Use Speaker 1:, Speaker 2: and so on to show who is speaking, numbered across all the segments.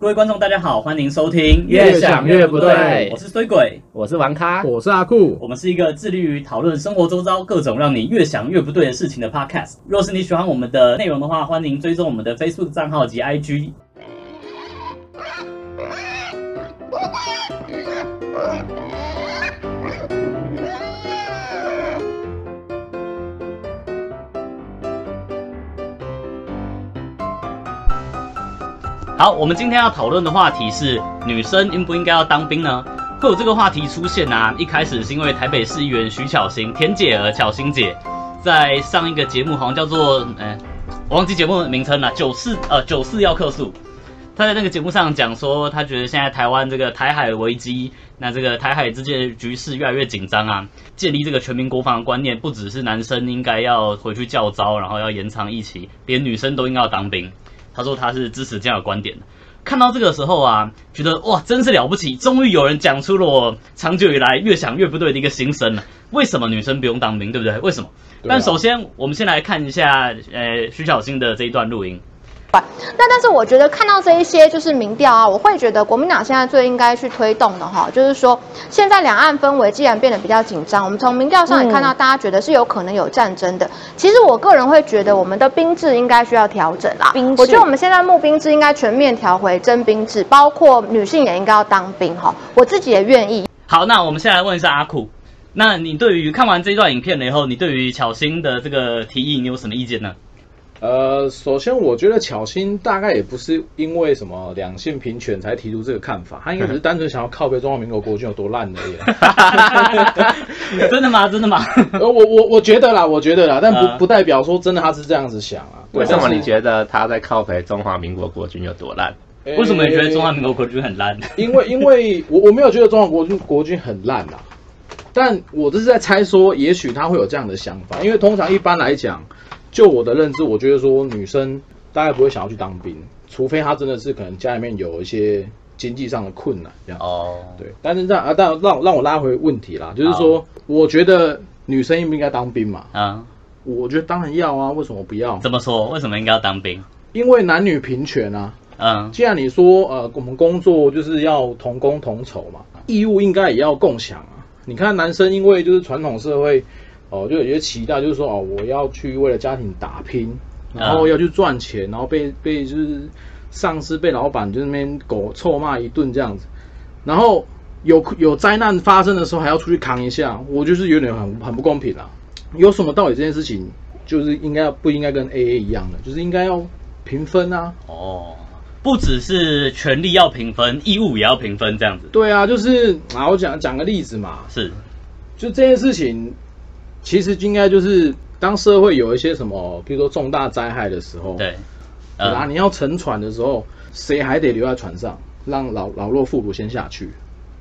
Speaker 1: 各位观众，大家好，欢迎收听
Speaker 2: 越想越不对
Speaker 1: 我是衰鬼，
Speaker 2: 我是王咖，
Speaker 3: 我是阿酷，
Speaker 1: 我们是一个致力于讨论生活周遭各种让你越想越不对的事情的 podcast。若是你喜欢我们的内容的话，欢迎追踪我们的 Facebook 账号及 IG。好，我们今天要讨论的话题是女生应不应该要当兵呢？会有这个话题出现啊，一开始是因为台北市议员徐巧芯、田姐儿、巧芯姐，在上一个节目好像叫做呃，我忘记节目名称了，九四呃九四要客诉。她在那个节目上讲说，她觉得现在台湾这个台海危机，那这个台海之间的局势越来越紧张啊，建立这个全民国防的观念，不只是男生应该要回去教招，然后要延长役期，连女生都应该要当兵。她说她是支持这样的观点的。看到这个时候啊，觉得哇，真是了不起，终于有人讲出了我长久以来越想越不对的一个心声了。为什么女生不用当兵，对不对？为什么？但首先，我们先来看一下，呃，徐小新的这一段录音。
Speaker 4: 那但是我觉得看到这一些就是民调啊，我会觉得国民党现在最应该去推动的哈，就是说现在两岸氛围既然变得比较紧张，我们从民调上也看到
Speaker 5: 嗯
Speaker 4: 大家觉得是有可能有战争的。其实我个人会觉得我们的兵制应该需要调整啦，
Speaker 5: 兵制
Speaker 4: 我觉得我们现在募兵制应该全面调回征兵制，包括女性也应该要当兵哈，我自己也愿意。
Speaker 1: 好，那我们现在来问一下阿酷，那你对于看完这段影片了以后，你对于巧心的这个提议，你有什么意见呢？
Speaker 3: 呃，首先我觉得巧心大概也不是因为什么两性平权才提出这个看法，他应该只是单纯想要靠背中华民国国军有多烂而已啦。
Speaker 1: 真的吗？真的吗？
Speaker 3: 呃，我我我觉得啦，我觉得啦，但不、
Speaker 1: 呃
Speaker 3: 不代表说真的他是这样子想啊。
Speaker 2: 为什么你
Speaker 3: 得？
Speaker 2: 觉得他在靠北中华民国国军有多烂？
Speaker 3: 呃
Speaker 1: 为什么你觉得中华民国国军很烂？
Speaker 3: 因为因为我我没有觉得中华国军国军很烂啦，但我这是在猜说，也许他会有这样的想法，因为通常一般来讲，就我的认知，我觉得说女生大概不会想要去当兵，除非她真的是可能家里面有一些经济上的困难这样。
Speaker 2: 哦，
Speaker 3: 对，但是让啊，但让让我拉回问题啦，就是说，我觉得女生应不应该当兵嘛？
Speaker 1: 啊，
Speaker 3: 我觉得当然要啊，为什么不要？
Speaker 1: 怎么说？为什么应该要当兵？
Speaker 3: 因为男女平权啊。
Speaker 1: 嗯，
Speaker 3: 既然你说呃，我们工作就是要同工同酬嘛，义务应该也要共享啊。你看男生因为就是传统社会，哦、就有些期待，就是说哦，我要去为了家庭打拼，然后要去赚钱，然后被被就是上司被老板就那边狗臭骂一顿这样子，然后有有灾难发生的时候还要出去扛一下，我就是有点很很不公平啊。有什么道理这件事情，就是应该不应该跟 AA 一样的，就是应该要平分啊。
Speaker 1: 哦，不只是权利要平分，义务也要平分，这样子。
Speaker 3: 对啊，就是啊，我讲讲个例子嘛，
Speaker 1: 是，
Speaker 3: 就这件事情，其实应该就是当社会有一些什么，比如说重大灾害的时候，
Speaker 1: 对，
Speaker 3: 对啊，
Speaker 1: 呃，
Speaker 3: 你要沉船的时候，谁还得留在船上，让老老弱妇孺先下去，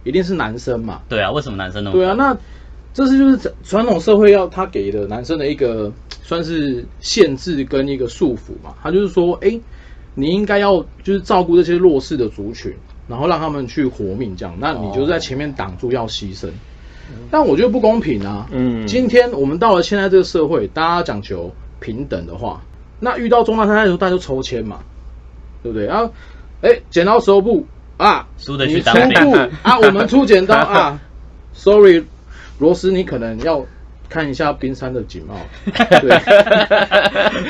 Speaker 3: 一定是男生嘛，
Speaker 1: 对啊，为什么男生那么
Speaker 3: 对啊，那这是就是传统社会要他给的男生的一个算是限制跟一个束缚嘛，他就是说，哎、你应该要就是照顾这些弱势的族群，然后让他们去活命这样，那你就是在前面挡住要牺牲，但我觉得不公平啊，
Speaker 2: 嗯，
Speaker 3: 今天我们到了现在这个社会，大家讲求平等的话，那遇到重大灾害的时候，大家就抽签嘛，对不对？然后，哎，剪刀石头布啊，
Speaker 1: 输的
Speaker 3: 你
Speaker 1: 去
Speaker 3: 出
Speaker 1: 当兵？
Speaker 3: 布 啊，我们出剪刀啊。Sorry，罗斯，你可能要看一下冰山的景貌，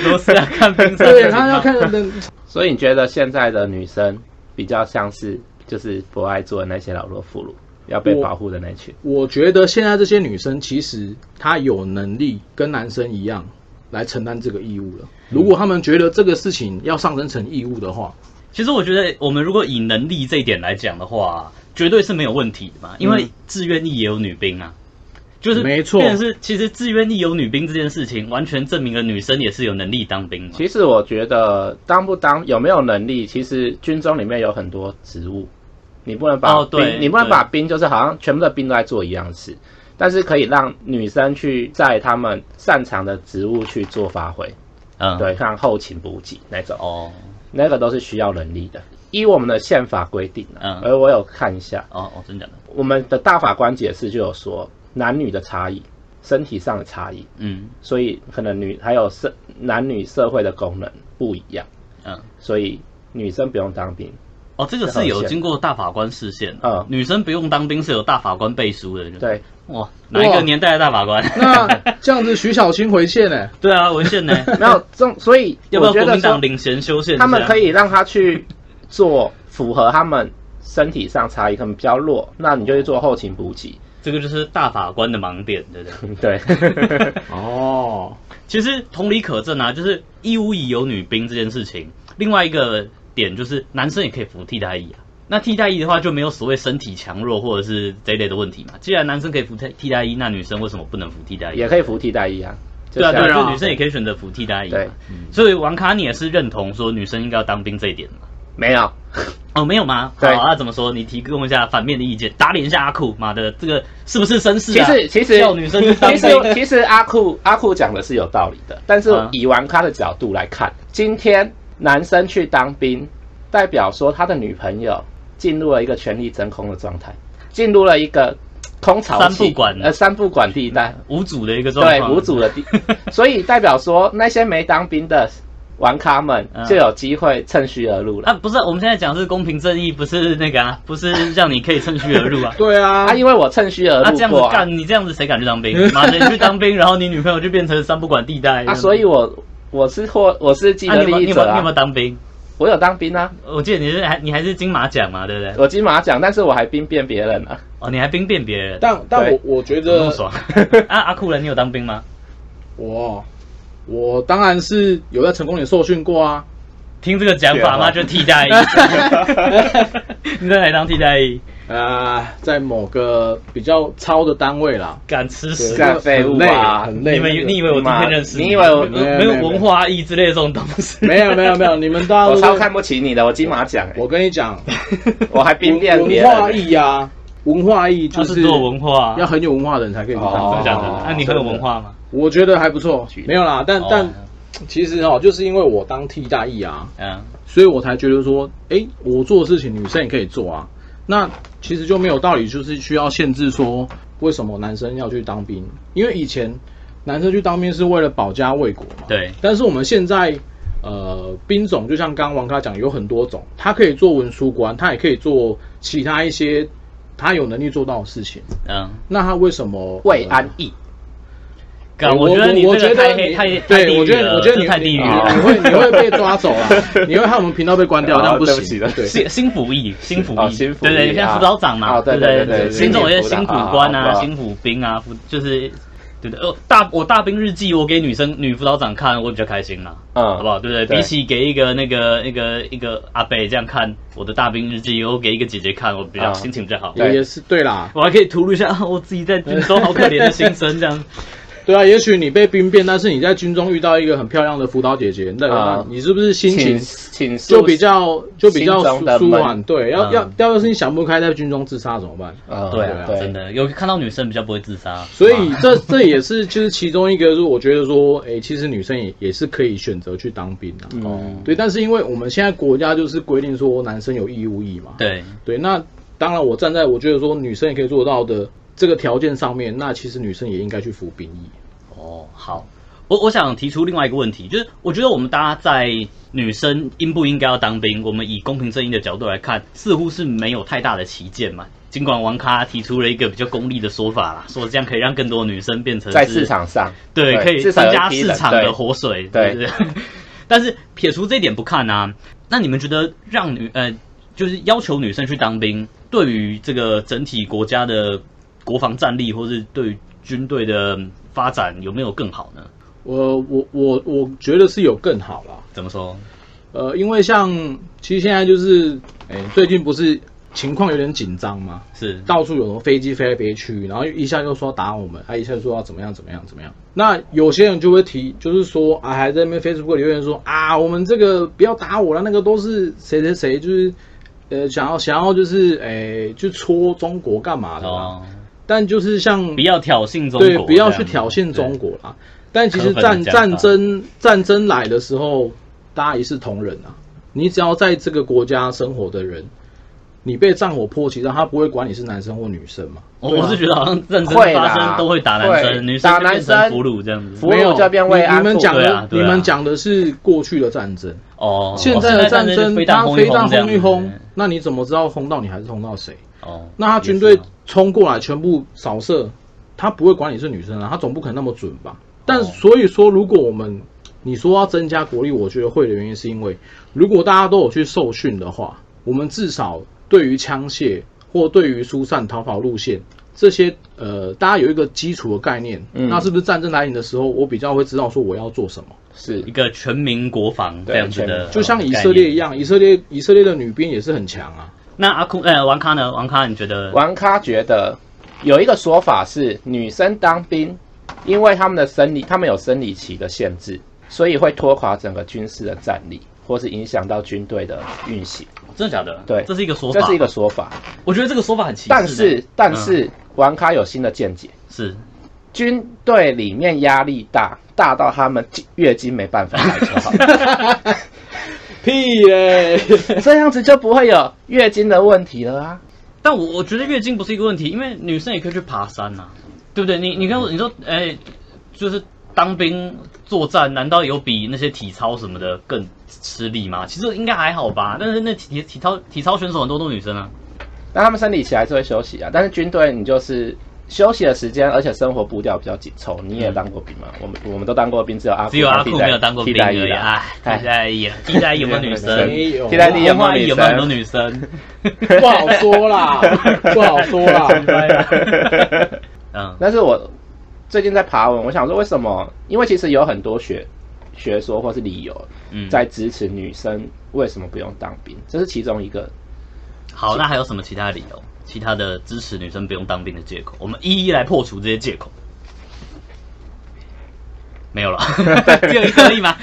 Speaker 1: 罗斯要看冰山，
Speaker 3: 对他要看的。
Speaker 2: 所以你觉得现在的女生比较像是就是不爱做的那些老弱妇孺，要被保护的那群？
Speaker 3: 我觉得现在这些女生其实她有能力跟男生一样来承担这个义务了。如果他们觉得这个事情要上升成义务的话，
Speaker 1: 其实我觉得，我们如果以能力这一点来讲的话，绝对是没有问题的嘛，因为自愿役也有女兵啊。就是
Speaker 3: 没错
Speaker 1: 但是其实自愿役有女兵这件事情，完全证明了女生也是有能力当兵嘛。
Speaker 2: 其实我觉得当不当有没有能力，其实军中里面有很多职务，你不能把兵、
Speaker 1: 哦对
Speaker 2: 你不能
Speaker 1: 对
Speaker 2: 把兵就是好像全部的兵都在做一样的事，但是可以让女生去在他们擅长的职务去做发挥，
Speaker 1: 嗯，
Speaker 2: 对，像后勤补给那种，
Speaker 1: 哦
Speaker 2: 那个都是需要能力的。依我们的宪法规定、啊
Speaker 1: 嗯，
Speaker 2: 而我有看一下，
Speaker 1: 哦哦，真的假的，
Speaker 2: 我们的大法官解释就有说男女的差异，身体上的差异，
Speaker 1: 嗯
Speaker 2: 所以可能女还有社男女社会的功能不一样，
Speaker 1: 嗯，
Speaker 2: 所以女生不用当兵，
Speaker 1: 哦，这个是有经过大法官视线的，
Speaker 2: 嗯
Speaker 1: 女生不用当兵是有大法官背书的，，
Speaker 2: 对，
Speaker 1: 哇，哪一个年代的大法官？
Speaker 3: 那这样子，徐小青回线呢、
Speaker 1: 对啊，文 献呢？
Speaker 2: 没有这种，所以
Speaker 1: 要不
Speaker 2: 我
Speaker 1: 要
Speaker 2: 觉
Speaker 1: 国
Speaker 2: 得
Speaker 1: 民
Speaker 2: 说
Speaker 1: 党领衔修宪一下？
Speaker 2: 他们可
Speaker 1: 以
Speaker 2: 以让他去做符合他们身体上差异，可能比较弱，那你就去做后勤补给。
Speaker 1: 这个就是大法官的盲点，对不 对？
Speaker 2: 对，
Speaker 3: 哦，
Speaker 1: 其实同理可证啊，就是义务役有女兵这件事情，另外一个点就是男生也可以服替代役啊。那替代役的话就没有所谓身体强弱或者是这一类的问题嘛。既然男生可以服替替代役，那女生为什么不能服替代役？
Speaker 2: 也可以服替代役啊。就
Speaker 1: 对啊，
Speaker 2: 像
Speaker 1: 对
Speaker 3: 啊。
Speaker 1: 啊，就女生也可以选择服替代役
Speaker 2: 对
Speaker 1: 嘛。嗯所以王卡你也是认同说女生应该要当兵这一点的嘛？
Speaker 2: 没有，
Speaker 1: 哦，没有吗？好
Speaker 2: 对
Speaker 1: 啊，怎么说？你提供一下反面的意见，打脸一下阿酷，妈的，这个是不是绅士
Speaker 2: 其
Speaker 1: 啊？
Speaker 2: 实其实
Speaker 1: 叫女生去当
Speaker 2: 其实
Speaker 1: 兵
Speaker 2: 其实阿酷阿酷讲的是有道理的，但是
Speaker 1: 啊
Speaker 2: 以玩咖的角度来看，今天男生去当兵，代表说他的女朋友进入了一个权力真空的状态，进入了一个空巢期
Speaker 1: 三不管
Speaker 2: 呃三不管地带，
Speaker 1: 无主的一个状
Speaker 2: 对
Speaker 1: 况，
Speaker 2: 无主的地，所以代表说那些没当兵的玩咖们
Speaker 1: 嗯
Speaker 2: 就有机会趁虚而入 了。
Speaker 1: 啊，不是，我们现在讲的是公平正义，不是那个啊，不是让你可以趁虚而入啊
Speaker 3: 对啊，
Speaker 2: 啊，因为我趁虚 而
Speaker 1: 啊，
Speaker 2: 入
Speaker 1: 这样子
Speaker 2: 过啊，
Speaker 1: 干，你这样子谁敢去当兵？ 妈的，你去当兵，然后你女朋友就变成三不管地带。
Speaker 2: 啊，所以我我是获我是既
Speaker 1: 啊，你
Speaker 2: 得
Speaker 1: 有没有
Speaker 2: 利
Speaker 1: 你有
Speaker 2: 益
Speaker 1: 没有
Speaker 2: 者
Speaker 1: 你有没有
Speaker 2: 啊，
Speaker 1: 当兵？
Speaker 2: 我有当兵啊，
Speaker 1: 我记得你是还你还是金马奖嘛，对不对？
Speaker 2: 我金马奖，但是我还兵变别人啊，
Speaker 1: 哦，你还兵变别人，
Speaker 3: 但但我
Speaker 2: 对
Speaker 3: 我觉
Speaker 1: 这么
Speaker 3: 得
Speaker 1: 爽。啊，阿酷人，你有当兵吗？
Speaker 3: 我我当然是有在成功里受训过啊。
Speaker 1: 听这个讲法嘛，
Speaker 2: 对
Speaker 1: 就替代役。你在哪里当替代役？
Speaker 3: 啊，在某个比较超的单位啦，
Speaker 1: 敢吃
Speaker 3: 对
Speaker 1: 屎？
Speaker 2: 干废物啊
Speaker 3: 很累，
Speaker 1: 你
Speaker 3: 很累。
Speaker 1: 们你以为我今天认识？
Speaker 2: 你以为我
Speaker 1: 没有没有文化意之类的这种东西？
Speaker 3: 呃没有没有没有，你们大家
Speaker 2: 我
Speaker 3: 都
Speaker 2: 超看不起你的，我金马奖、欸，
Speaker 3: 啊我跟你讲，
Speaker 2: 我还兵变
Speaker 3: 文
Speaker 2: 别
Speaker 3: 文化
Speaker 2: 人，
Speaker 3: 艺啊，文化 艺
Speaker 1: 就
Speaker 3: 就是是
Speaker 1: 做文化啊，
Speaker 3: 要很啊有文化的人才可以去
Speaker 2: 哦
Speaker 1: 真
Speaker 3: 当
Speaker 1: 的
Speaker 3: 这
Speaker 1: 假
Speaker 3: 样
Speaker 1: 的？
Speaker 2: 哦
Speaker 1: 那你很有文化吗？
Speaker 3: 我觉得还不错
Speaker 2: 去，
Speaker 3: 没有啦，但
Speaker 1: 哦
Speaker 3: 但其实哦，就是因为我当替代役啊，
Speaker 1: 嗯，
Speaker 3: 所以我才觉得说，诶，我做的事情女生也可以做啊。那其实就没有道理，就是需要限制说为什么男生要去当兵，因为以前男生去当兵是为了保家卫国嘛。
Speaker 1: 对，
Speaker 3: 但是我们现在，呃，兵种就像刚刚王咖讲，有很多种，他可以做文书官，他也可以做其他一些他有能力做到的事情。
Speaker 1: 嗯。
Speaker 3: 那他为什么
Speaker 2: 魏
Speaker 3: 呃
Speaker 2: 安逸，
Speaker 1: 干，
Speaker 3: 我
Speaker 1: 觉得你
Speaker 3: 我
Speaker 1: 这个
Speaker 3: 觉
Speaker 1: 太
Speaker 3: 得
Speaker 1: 黑
Speaker 3: 你
Speaker 1: 太太地
Speaker 3: 对，我
Speaker 1: 狱
Speaker 3: 觉得
Speaker 1: 了，
Speaker 3: 我觉得
Speaker 1: 这
Speaker 3: 你
Speaker 1: 太地狱
Speaker 3: 你
Speaker 1: 了。
Speaker 3: 你会你会被抓走啊， 你会害我们频道被关掉，但不
Speaker 2: 哦对不
Speaker 3: 行
Speaker 2: 起对不
Speaker 3: 对
Speaker 2: 起。
Speaker 1: 新新服役，新服
Speaker 2: 哦
Speaker 1: 役，
Speaker 2: 新服役
Speaker 1: 对对，你现在
Speaker 2: 啊
Speaker 1: 副招长嘛，
Speaker 2: 哦对
Speaker 1: 不
Speaker 2: 对对对对
Speaker 1: 新总也
Speaker 2: 新
Speaker 1: 新
Speaker 2: 年
Speaker 1: 辅
Speaker 2: 辅导
Speaker 1: 官
Speaker 2: 啊
Speaker 1: 啊，
Speaker 2: 好
Speaker 1: 新辅兵啊，辅就是。对对，哦，大我大兵日记，我给女生女辅导长看，我比较开心啦，
Speaker 2: 嗯，
Speaker 1: 好不好？对不对？
Speaker 2: 对
Speaker 1: 比起给一个那个那个一个阿伯这样看我的大兵日记，我给一个姐姐看，我比较
Speaker 2: 啊
Speaker 1: 心情比较好。
Speaker 3: 也
Speaker 2: 对
Speaker 3: 也是对啦，
Speaker 1: 我还可以吐露一下啊我自己在军中好可怜的心声，这样。
Speaker 3: 对啊，也许你被兵变，但是你在军中遇到一个很漂亮的辅导姐姐，那、
Speaker 2: 啊
Speaker 3: 你是不是心情
Speaker 2: 请请
Speaker 3: 就
Speaker 2: 诉
Speaker 3: 比较就比较
Speaker 2: 心中的
Speaker 3: 舒舒
Speaker 2: 闷
Speaker 3: 缓？对，要、要
Speaker 1: 嗯
Speaker 3: 要是你想不开，在军中自杀怎么办？
Speaker 2: 嗯
Speaker 1: 对啊，
Speaker 2: 对
Speaker 1: 真的有看到女生比较不会自杀，
Speaker 3: 所以这这也是就是其中一个，就是我觉得说，哎、其实女生也也是可以选择去当兵的、
Speaker 2: 嗯，
Speaker 3: 对，但是因为我们现在国家就是规定说男生有义务役嘛，
Speaker 1: 对，
Speaker 3: 对，那当然我站在我觉得说女生也可以做到的这个条件上面，那其实女生也应该去服兵役。
Speaker 1: 哦，好，我我想提出另外一个问题，就是我觉得我们大家在女生应不应该要当兵，我们以公平正义的角度来看，似乎是没有太大的旗舰嘛。尽管王咖提出了一个比较功利的说法啦，说这样可以让更多女生变成
Speaker 2: 在
Speaker 1: 是
Speaker 2: 市场上，
Speaker 1: 对，
Speaker 2: 对
Speaker 1: 可以
Speaker 2: 至
Speaker 1: 增
Speaker 2: 少有
Speaker 1: 加
Speaker 2: 一批
Speaker 1: 市
Speaker 2: 人
Speaker 1: 场的
Speaker 2: 对
Speaker 1: 活水，
Speaker 2: 对
Speaker 1: 对 不对？但是撇除这一点不看啊，那你们觉得让女呃，就是要求女生去当兵，对于这个整体国家的国防战力，或是对于军队的发展有没有更好呢？
Speaker 3: 我我我我觉得是有更好啦，
Speaker 1: 怎么说？
Speaker 3: 呃，因为像其实现在就是，哎、最近不是情况有点紧张嘛，
Speaker 1: 是
Speaker 3: 到处有什么飞机飞来飞去，然后一下又说要打我们，啊，一下又说要怎么样怎么样怎么样。那有些人就会提，就是说啊，还在那边 Facebook 留言说啊，我们这个不要打我了，那个都是谁谁谁，就是呃想要想要就是哎、去戳中国干嘛的啦、
Speaker 1: 哦，
Speaker 3: 但就是像
Speaker 1: 不要挑衅中国，
Speaker 3: 对，不要
Speaker 1: 这
Speaker 3: 去
Speaker 1: 样
Speaker 3: 挑衅中国啦。但其实
Speaker 1: 可粉
Speaker 3: 战
Speaker 1: 的讲法
Speaker 3: 战争战争来的时候，大家一视同仁啊。你只要在这个国家生活的人，你被战火波及到，他不会管你是男生或女生嘛。
Speaker 1: 我我是觉得好像战争
Speaker 2: 会
Speaker 1: 发
Speaker 2: 啦
Speaker 1: 生都会打男
Speaker 2: 会
Speaker 1: 生，女生
Speaker 2: 打
Speaker 1: 就变
Speaker 2: 男
Speaker 1: 成
Speaker 2: 生
Speaker 1: 俘虏这样子。
Speaker 2: 俘没有这边慰安
Speaker 3: 你你们
Speaker 2: 妇
Speaker 3: 讲
Speaker 1: 对
Speaker 3: 的、
Speaker 1: 啊对
Speaker 3: 你
Speaker 1: 啊
Speaker 3: 们讲的是过去的战争，
Speaker 1: 哦，
Speaker 3: 现在的战争
Speaker 1: 它
Speaker 3: 它
Speaker 1: 飞弹
Speaker 3: 非但
Speaker 1: 轰一
Speaker 3: 轰一
Speaker 1: 轰
Speaker 3: 轰
Speaker 1: 这样子，
Speaker 3: 那你怎么知道轰到你还是轰到谁？
Speaker 1: 哦，
Speaker 3: 那他军
Speaker 1: 也
Speaker 3: 队
Speaker 1: 是哦
Speaker 3: 冲过来全部扫射，他不会管你是女生啊，他总不可能那么准吧？但
Speaker 1: 哦
Speaker 3: 所以说，如果我们你说要增加国力，我觉得会的原因是因为，如果大家都有去受训的话，我们至少对于枪械或对于疏散逃跑路线这些，呃，大家有一个基础的概念。
Speaker 2: 嗯
Speaker 3: 那是不是战争来临的时候，我比较会知道说我要做什么？
Speaker 2: 是
Speaker 1: 一个全民国防这样子
Speaker 2: 对全
Speaker 1: 的，
Speaker 2: 民
Speaker 3: 就像以色列一
Speaker 1: 样。
Speaker 3: 样，以色列以色列的女兵也是很强啊。
Speaker 1: 那阿库呃，王咖呢？王咖，你觉得？
Speaker 2: 玩咖觉得有一个说法是，女生当兵，因为她们的生理，她们有生理期的限制，所以会拖垮整个军事的战力，或是影响到军队的运行。
Speaker 1: 真的假的？
Speaker 2: 对
Speaker 1: 这是一个说法。
Speaker 2: 这是一个，说法，
Speaker 1: 我觉得这个说法很奇。
Speaker 2: 但是但是玩咖有新的见解，
Speaker 1: 是
Speaker 2: 军队里面压力大，大到他们月经没办法来就好，
Speaker 3: 屁嘞、
Speaker 2: 这样子就不会有月经的问题了啊。
Speaker 1: 但我我觉得月经不是一个问题，因为女生也可以去爬山呐、对不对？你你看我，
Speaker 2: 嗯
Speaker 1: 你说，哎、就是当兵作战，难道有比那些体操什么的更吃力吗？其实应该还好吧。但是那体体操体操选手很多都女生啊，
Speaker 2: 那他们生理期还是会休息啊，但是军队你就是休息的时间，而且生活步调比较紧凑。你也当过兵嘛？我们我们都当过兵，只有阿
Speaker 1: 嗯
Speaker 2: 库
Speaker 1: 只有阿
Speaker 2: 替
Speaker 1: 酷
Speaker 2: 代
Speaker 1: 没有当过
Speaker 2: 替
Speaker 1: 兵
Speaker 2: 代
Speaker 1: 而
Speaker 2: 役
Speaker 1: 已。
Speaker 2: 啦
Speaker 1: 哎，替代役，替代役有没有女生？
Speaker 3: 没有
Speaker 2: 替代役有
Speaker 1: 文化
Speaker 2: 没
Speaker 1: 役有
Speaker 2: 有
Speaker 1: 没有很多
Speaker 2: 女
Speaker 1: 女生？
Speaker 3: 哎不
Speaker 1: 哦
Speaker 3: 好 说啦，不好说啦。
Speaker 2: 生？
Speaker 1: 嗯，
Speaker 2: 但是我最近在爬文，我想说为什么？因为其实有很多学学说或是理由
Speaker 1: 嗯
Speaker 2: 在支持女生为什么不用当兵，这是其中一个。
Speaker 1: 好，那还有什么其他理由？其他的支持女生不用当兵的借口，我们一一来破除这些借口。没有了， 这个可以吗？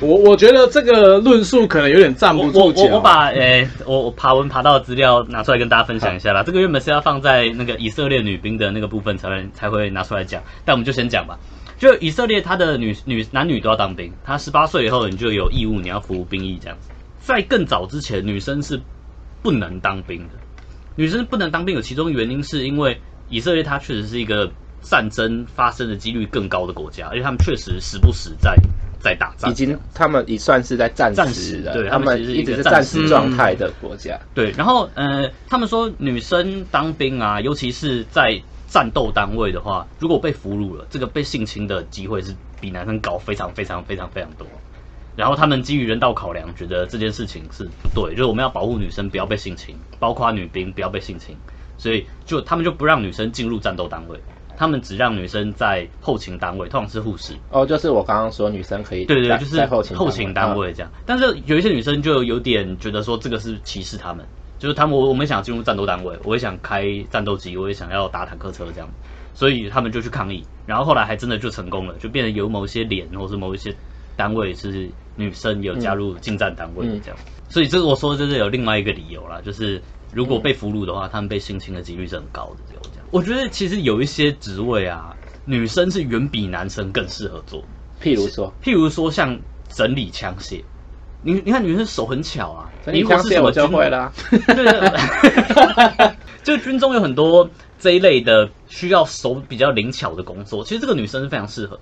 Speaker 3: 我我觉得这个论述可能有点站
Speaker 1: 我
Speaker 3: 不
Speaker 1: 我
Speaker 3: 住脚。啊
Speaker 1: 我我把诶、我我爬文爬到的资料拿出来跟大家分享一下啦。这个原本是要放在那个以色列女兵的那个部分才会才会拿出来讲，但我们就先讲吧。就以色列，他的女女男女都要当兵，他十八岁以后你就有义务你要服务兵役这样子。在更早之前，女生是不能当兵的。女生不能当兵有其中原因是因为以色列它确实是一个战争发生的几率更高的国家，而且他们确实时不时在在打仗
Speaker 2: 已。经，他们已算是在战
Speaker 1: 战
Speaker 2: 时
Speaker 1: 时
Speaker 2: 了，
Speaker 1: 对
Speaker 2: 他
Speaker 1: 他们
Speaker 2: 们
Speaker 1: 其实是
Speaker 2: 一
Speaker 1: 一
Speaker 2: 直
Speaker 1: 个
Speaker 2: 是
Speaker 1: 战
Speaker 2: 战
Speaker 1: 时嗯
Speaker 2: 时状态的国家。
Speaker 1: 对，然后呃，他们说女生当兵啊，尤其是在战斗单位的话，如果被俘虏了，这个被性侵的机会是比男生高非常非常非常非常多。然后他们基于人道考量，觉得这件事情是不对，就是我们要保护女生不要被性侵，包括女兵不要被性侵，所以就他们就不让女生进入战斗单位，他们只让女生在后勤单位，通常是护士，
Speaker 2: 哦，就是我刚刚说女生可以
Speaker 1: 对对，
Speaker 2: 在
Speaker 1: 就是
Speaker 2: 在后勤嗯啊
Speaker 1: 后勤单位这样。但是有一些女生就有点觉得说这个是歧视她们，就是她们我我们想进入战斗单位，我也想开战斗机，我也想要打坦克车这样，所以他们就去抗议，然后后来还真的就成功了，就变成有某些连或是某一些单位是女生有
Speaker 2: 嗯
Speaker 1: 加入进战单位这样。所以这个我说就是有另外一个理由啦，就是如
Speaker 2: 嗯
Speaker 1: 果被俘虏的话，他们被性侵的几率是很高的。就这样，我觉得其实有一些职位啊，女生是远比男生更适合做。
Speaker 2: 譬如说，
Speaker 1: 譬如说像整理枪械，你你看女生手很巧啊，
Speaker 2: 所以枪械我就会啦。
Speaker 1: 你如 果是什么军。对，啊 就军中有很多这一类的需要手比较灵巧的工作，其实这个女生是非常适合。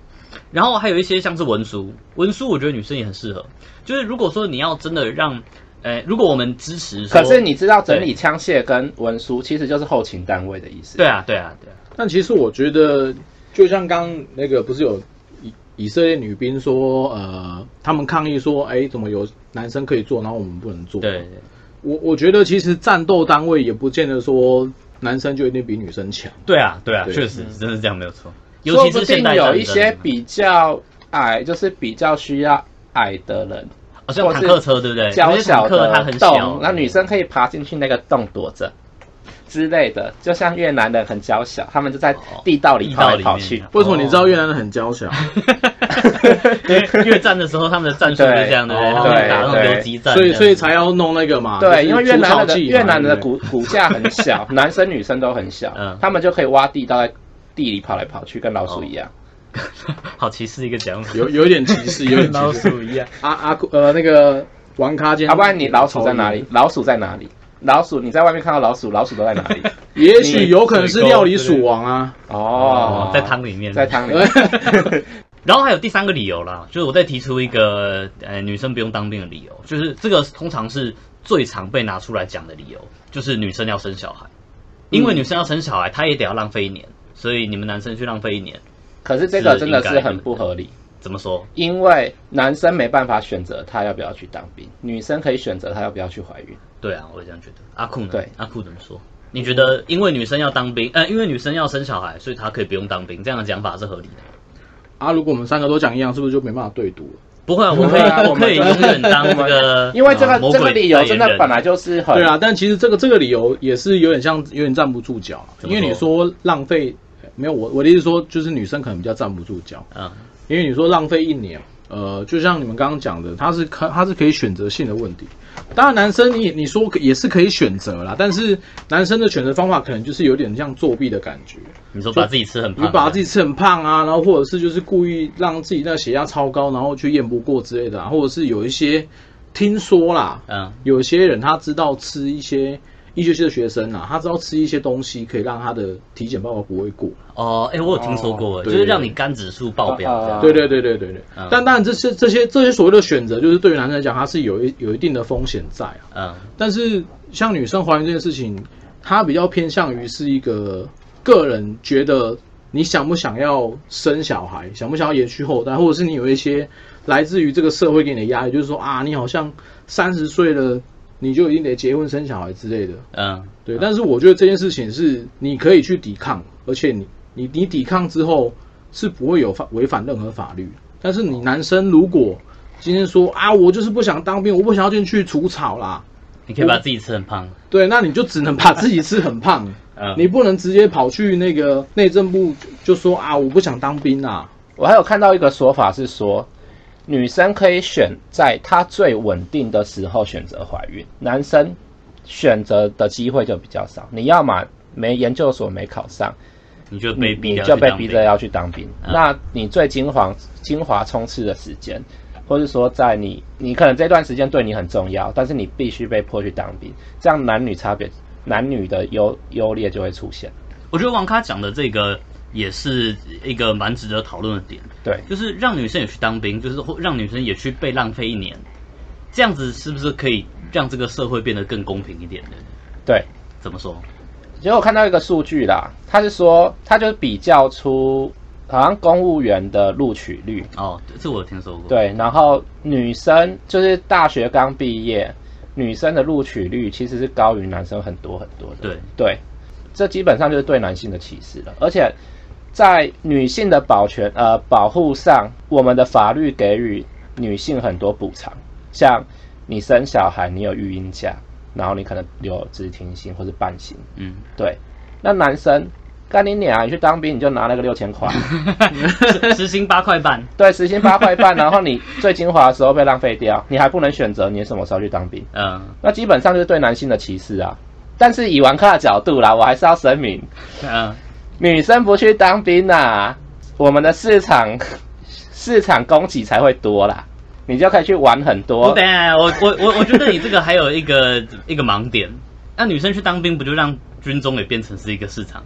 Speaker 1: 然后还有一些像是文书，文书我觉得女生也很适合。就是如果说你要真的让，呃，如果我们支持说，
Speaker 2: 可是你知道整理枪械跟文书其实就是后勤单位的意思。
Speaker 1: 对啊，对啊，对啊，
Speaker 3: 但其实我觉得，就像刚那个不是有以以色列女兵说，呃，他们抗议说，哎，怎么有男生可以做，然后我们不能
Speaker 2: 哦
Speaker 3: 做？
Speaker 1: 对，对对
Speaker 3: 我我觉得其实战斗单位也不见得说男生就一定比女生强。
Speaker 1: 对啊，对啊，
Speaker 3: 对
Speaker 1: 确实真的是这样没有错。尤
Speaker 2: 嗯说
Speaker 1: 其
Speaker 2: 不
Speaker 1: 是
Speaker 2: 定
Speaker 1: 现代
Speaker 2: 有
Speaker 1: 战
Speaker 2: 一些
Speaker 1: 争
Speaker 2: 比较矮，就是比较需要矮的人，
Speaker 1: 好啊像坦克车对不对？
Speaker 2: 较
Speaker 1: 有些坦
Speaker 2: 小
Speaker 1: 克它
Speaker 2: 的
Speaker 1: 很小
Speaker 2: 洞，，那女生可以爬进去那个洞躲着。之类的，就像越南人很娇小，他们就在地道里
Speaker 1: 哦地
Speaker 2: 跑
Speaker 1: 道
Speaker 2: 来
Speaker 1: 里
Speaker 2: 跑
Speaker 1: 面
Speaker 2: 去。
Speaker 1: 啊
Speaker 3: 为什么你知道越南人很娇
Speaker 1: 哦
Speaker 3: 小？
Speaker 1: 因为越战的时候，他们的战术就这样，对不对？
Speaker 2: 对
Speaker 1: 他们打那种
Speaker 2: 对
Speaker 1: 游击战，
Speaker 3: 所以
Speaker 1: 这样
Speaker 3: 所以才要弄那个嘛，就
Speaker 2: 对，
Speaker 3: 是
Speaker 2: 因为越南人
Speaker 3: 除草
Speaker 2: 的
Speaker 3: 剂嘛
Speaker 2: 越南人的
Speaker 3: 对不对
Speaker 2: 骨骨架很小，男生女生都很小
Speaker 1: 嗯，
Speaker 2: 他们就可以挖地道在地里跑来跑去，跟老鼠一样。
Speaker 1: 好歧视一个讲法，
Speaker 3: 有有一点歧视， 有一点
Speaker 1: 老
Speaker 3: 歧视。
Speaker 1: 鼠一样。
Speaker 3: 阿阿呃那个玩咖间，
Speaker 2: 啊要、不然你老鼠在哪里？？老鼠在哪里？老鼠，你在外面看到老鼠，老鼠都在哪里？
Speaker 3: 也许有可能是料理鼠王啊，
Speaker 2: 哦
Speaker 1: 哦，，在汤里面，
Speaker 2: 在。汤里。
Speaker 1: 然后还有第三个理由啦，就是我再提出一个呃女生不用当兵的理由，就是这个通常是最常被拿出来讲的理由，就是女生要生小孩，因
Speaker 2: 嗯
Speaker 1: 为女生要生小孩，她也得要浪费一年，所以你们男生去浪费一年，
Speaker 2: 可是这个真的是很不合理，
Speaker 1: 怎么说？
Speaker 2: 因为男生没办法选择他要不要去当兵，女生可以选择她要不要去怀孕。
Speaker 1: 对啊，我也这样觉得。阿酷呢？
Speaker 2: 对
Speaker 1: 阿酷怎么说？你觉得因为女生要当兵，呃，因为女生要生小孩，所以她可以不用当兵，这样的讲法是合理的。
Speaker 3: 啊，如果我们三个都讲一样，是不是就没办法对赌了？
Speaker 1: 不会啊，我可以，
Speaker 2: 对啊
Speaker 1: 我可以
Speaker 2: 我们
Speaker 1: 永远当这个，
Speaker 2: 因为这个
Speaker 1: 呃魔
Speaker 2: 这个
Speaker 1: 鬼
Speaker 2: 理由
Speaker 1: 代言
Speaker 2: 真的
Speaker 1: 人
Speaker 2: 本来就是很
Speaker 3: 对啊，但其实这个这个理由也是有点像，有点站不住脚啊，
Speaker 1: 怎
Speaker 3: 因
Speaker 1: 么说
Speaker 3: 为你说浪费，呃没有我我的意思说，就是女生可能比较站不住脚，
Speaker 1: 嗯，
Speaker 3: 因为你说浪费一年，呃，就像你们刚刚讲的，它是可它是可以选择性的问题。当然，男生你你说可也是可以选择啦，但是男生的选择方法可能就是有点像作弊的感觉，
Speaker 1: 你说把自己吃很
Speaker 3: 你
Speaker 1: 胖，
Speaker 3: 把自己吃很胖啊，然后或者是就是故意让自己那血压超高，然后去验不过之类的、啊，或者是有一些听说啦，
Speaker 1: 嗯，
Speaker 3: 有些人他知道吃一些医学系的学生啊，他知道吃一些东西可以让他的体检报告不会过。
Speaker 1: 哦，哎，我有听说过，
Speaker 3: 哦
Speaker 1: 就
Speaker 3: 对
Speaker 1: 是让你肝指数爆表这样
Speaker 2: 啊。
Speaker 3: 对对对对对对。
Speaker 1: 嗯
Speaker 3: 但当然这些这些这些所谓的选择，就是对于男生来讲，他是有一有一定的风险在啊。
Speaker 1: 嗯，
Speaker 3: 但是像女生怀孕这件事情，它比较偏向于是一个个人觉得你想不想要生小孩，想不想要延续后代，或者是你有一些来自于这个社会给你的压力，就是说啊，你好像三十岁了，你就一定得结婚生小孩之类的。
Speaker 1: 嗯，
Speaker 3: 对，但是我觉得这件事情是你可以去抵抗，而且你你你抵抗之后是不会有法违反任何法律。但是你男生如果今天说啊，我就是不想当兵，我不想要进去除草啦，
Speaker 1: 你可以把自己吃很胖，
Speaker 3: 对，那你就只能把自己吃 很胖，
Speaker 1: 嗯，
Speaker 3: 你不能直接跑去那个内政部就说啊，我不想当兵啊。
Speaker 2: 我还有看到一个说法是说，女生可以选在她最稳定的时候选择怀孕，男生选择的机会就比较少。你要么没研究所没考上，
Speaker 1: 你就被
Speaker 2: 你
Speaker 1: 逼
Speaker 2: 你
Speaker 1: 掉
Speaker 2: 就
Speaker 1: 去
Speaker 2: 被
Speaker 1: 当
Speaker 2: 逼
Speaker 1: 兵
Speaker 2: 着要去当兵。
Speaker 1: 嗯
Speaker 2: 那你最精华精华冲刺的时间，或是说在你你可能这段时间对你很重要，但是你必须被迫去当兵，这样男女差别男女的优优劣就会出现。
Speaker 1: 我觉得王咖讲的这个也是一个蛮值得讨论的点，
Speaker 2: 对，
Speaker 1: 就是让女生也去当兵，就是或让女生也去被浪费一年，这样子是不是可以让这个社会变得更公平一点呢？
Speaker 2: 对，
Speaker 1: 怎么说？
Speaker 2: 结果我看到一个数据啦，他是说，他就是比较出好像公务员的录取率，
Speaker 1: 哦，这我有听说过。，
Speaker 2: 对，然后女生就是大学刚毕业，女生的录取率其实是高于男生很多很多的。
Speaker 1: 对
Speaker 2: 对，这基本上就是对男性的歧视了，而且在女性的保全呃保护上，我们的法律给予女性很多补偿，像你生小孩，你有育婴假，然后你可能有只停薪或是半薪。
Speaker 1: 嗯，
Speaker 2: 对，那男生干你娘，你去当兵你就拿那个六千块，
Speaker 1: 时薪八块半，
Speaker 2: 对，时薪八块半，然后你最精华的时候被浪费掉，你还不能选择你什么时候去当兵，
Speaker 1: 嗯
Speaker 2: 那基本上就是对男性的歧视啊。但是以玩咖的角度啦，我还是要声明，
Speaker 1: 嗯，
Speaker 2: 女生不去当兵呐、我们的市场 市场供给才会多啦，你就可以去玩很
Speaker 1: 我
Speaker 2: 多
Speaker 1: 等一。下，我我我我觉得你这个还有一个一个盲点，那女生去当兵不就让军中也变成是一个市场，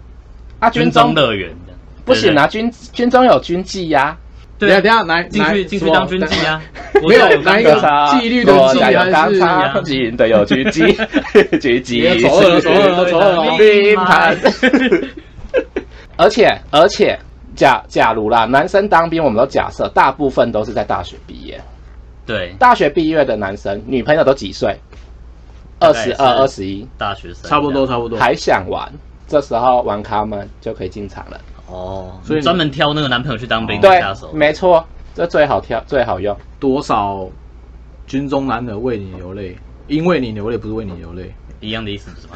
Speaker 2: 啊，
Speaker 1: 军
Speaker 2: 军
Speaker 1: 中
Speaker 2: 中
Speaker 1: 乐园的？
Speaker 2: 不行啊，军军中有军纪啊呀、
Speaker 1: 对
Speaker 3: 等
Speaker 1: 不
Speaker 3: 一
Speaker 1: 对，
Speaker 3: 下等一下来
Speaker 1: 进去
Speaker 3: 来
Speaker 1: 进
Speaker 3: 什
Speaker 1: 去
Speaker 3: 么
Speaker 1: 当军妓啊，我
Speaker 3: 没有
Speaker 1: 觉得
Speaker 3: 哪一
Speaker 1: 刚
Speaker 3: 个
Speaker 1: 刚
Speaker 3: 纪律的
Speaker 1: 啊
Speaker 2: 我
Speaker 3: 纪
Speaker 2: 家有
Speaker 3: 还
Speaker 2: 钢
Speaker 3: 是啊
Speaker 2: 叉，军 营的有狙击，狙击，
Speaker 3: 走了走了走了
Speaker 1: 哦
Speaker 2: 冰盘。而且而且，假假如啦，男生当兵，我们都假设大部分都是在大学毕业，
Speaker 1: 对
Speaker 2: 大学毕业的男生，女朋友都几岁？
Speaker 1: 大
Speaker 2: 二
Speaker 1: 概是
Speaker 2: 十二、二十一，
Speaker 1: 大学生
Speaker 3: 差不多差不多。
Speaker 2: 还想玩，这时候玩咖们就可以进场了。
Speaker 1: 哦，
Speaker 3: 所以你
Speaker 1: 专门挑那个男朋友去当兵
Speaker 2: 对
Speaker 1: 嗯下手，，
Speaker 2: 没错，这最好挑，最 好用。
Speaker 3: 多少军中男儿为你流泪，因为你流泪不是为你流泪。
Speaker 1: 一样的意思不是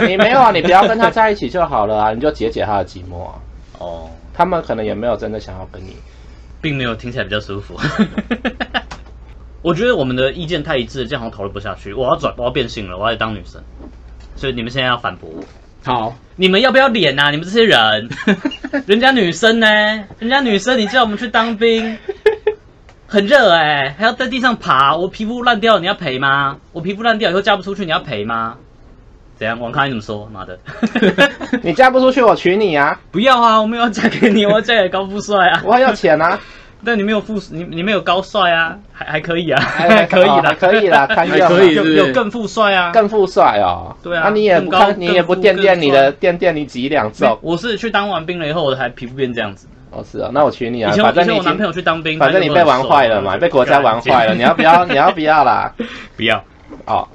Speaker 1: 吗？
Speaker 2: 你没有啊，你不要跟他在一起就好了啊，你就解解他的寂寞啊。
Speaker 1: 哦，
Speaker 2: 他们可能也没有真的想要跟你。
Speaker 1: 并没有听起来比较舒服。 我觉得我们的意见太一致，这样好像讨论不下去。我要转，我要变性了，我要当女生。所以你们现在要反驳我，
Speaker 3: 好，
Speaker 1: 你们要不要脸啊？你们这些 人，人家女生呢？人家女生，你叫我们去当兵，很热哎、还要在地上爬。我皮肤烂掉，你要赔吗？我皮肤烂掉以后嫁不出去，你要赔吗？怎样？王康你怎么说？妈 的！
Speaker 2: 你嫁不出去，我娶你啊！
Speaker 1: 不要啊！我没有要嫁给你，我要嫁给高富帅啊！
Speaker 2: 我很有钱啊！
Speaker 1: 但你没有副，你你没有高帅啊，还 还可以啊，
Speaker 2: 还
Speaker 1: 可以
Speaker 2: 哦还
Speaker 1: 啦，
Speaker 2: 可以啦，堪
Speaker 3: 还
Speaker 2: 用
Speaker 3: 可
Speaker 1: 有
Speaker 3: 以
Speaker 2: 啦
Speaker 3: 是不是
Speaker 1: 有更副帅啊，
Speaker 2: 更富帅哦。
Speaker 1: 对啊
Speaker 2: 那你也不
Speaker 1: 更高
Speaker 2: 看，你也不
Speaker 1: 更富
Speaker 2: 垫垫你的
Speaker 1: 更
Speaker 2: 垫垫你几两
Speaker 1: 没
Speaker 2: 重？
Speaker 1: 我是去当完兵了以后，我还皮肤变这样子。
Speaker 2: 哦，是啊，那我娶你
Speaker 1: 以
Speaker 2: 啊，
Speaker 1: 前我
Speaker 2: 反
Speaker 1: 以
Speaker 2: 正
Speaker 1: 前
Speaker 2: 你已
Speaker 1: 我男朋
Speaker 2: 经，
Speaker 1: 友去当兵，
Speaker 2: 反正
Speaker 1: 他
Speaker 2: 你
Speaker 1: 就
Speaker 2: 被
Speaker 1: 跟我
Speaker 2: 玩
Speaker 1: 说
Speaker 2: 坏了嘛，被国家玩坏了，你要 不要？你要不要啦？
Speaker 1: 啊不要。
Speaker 2: 哦，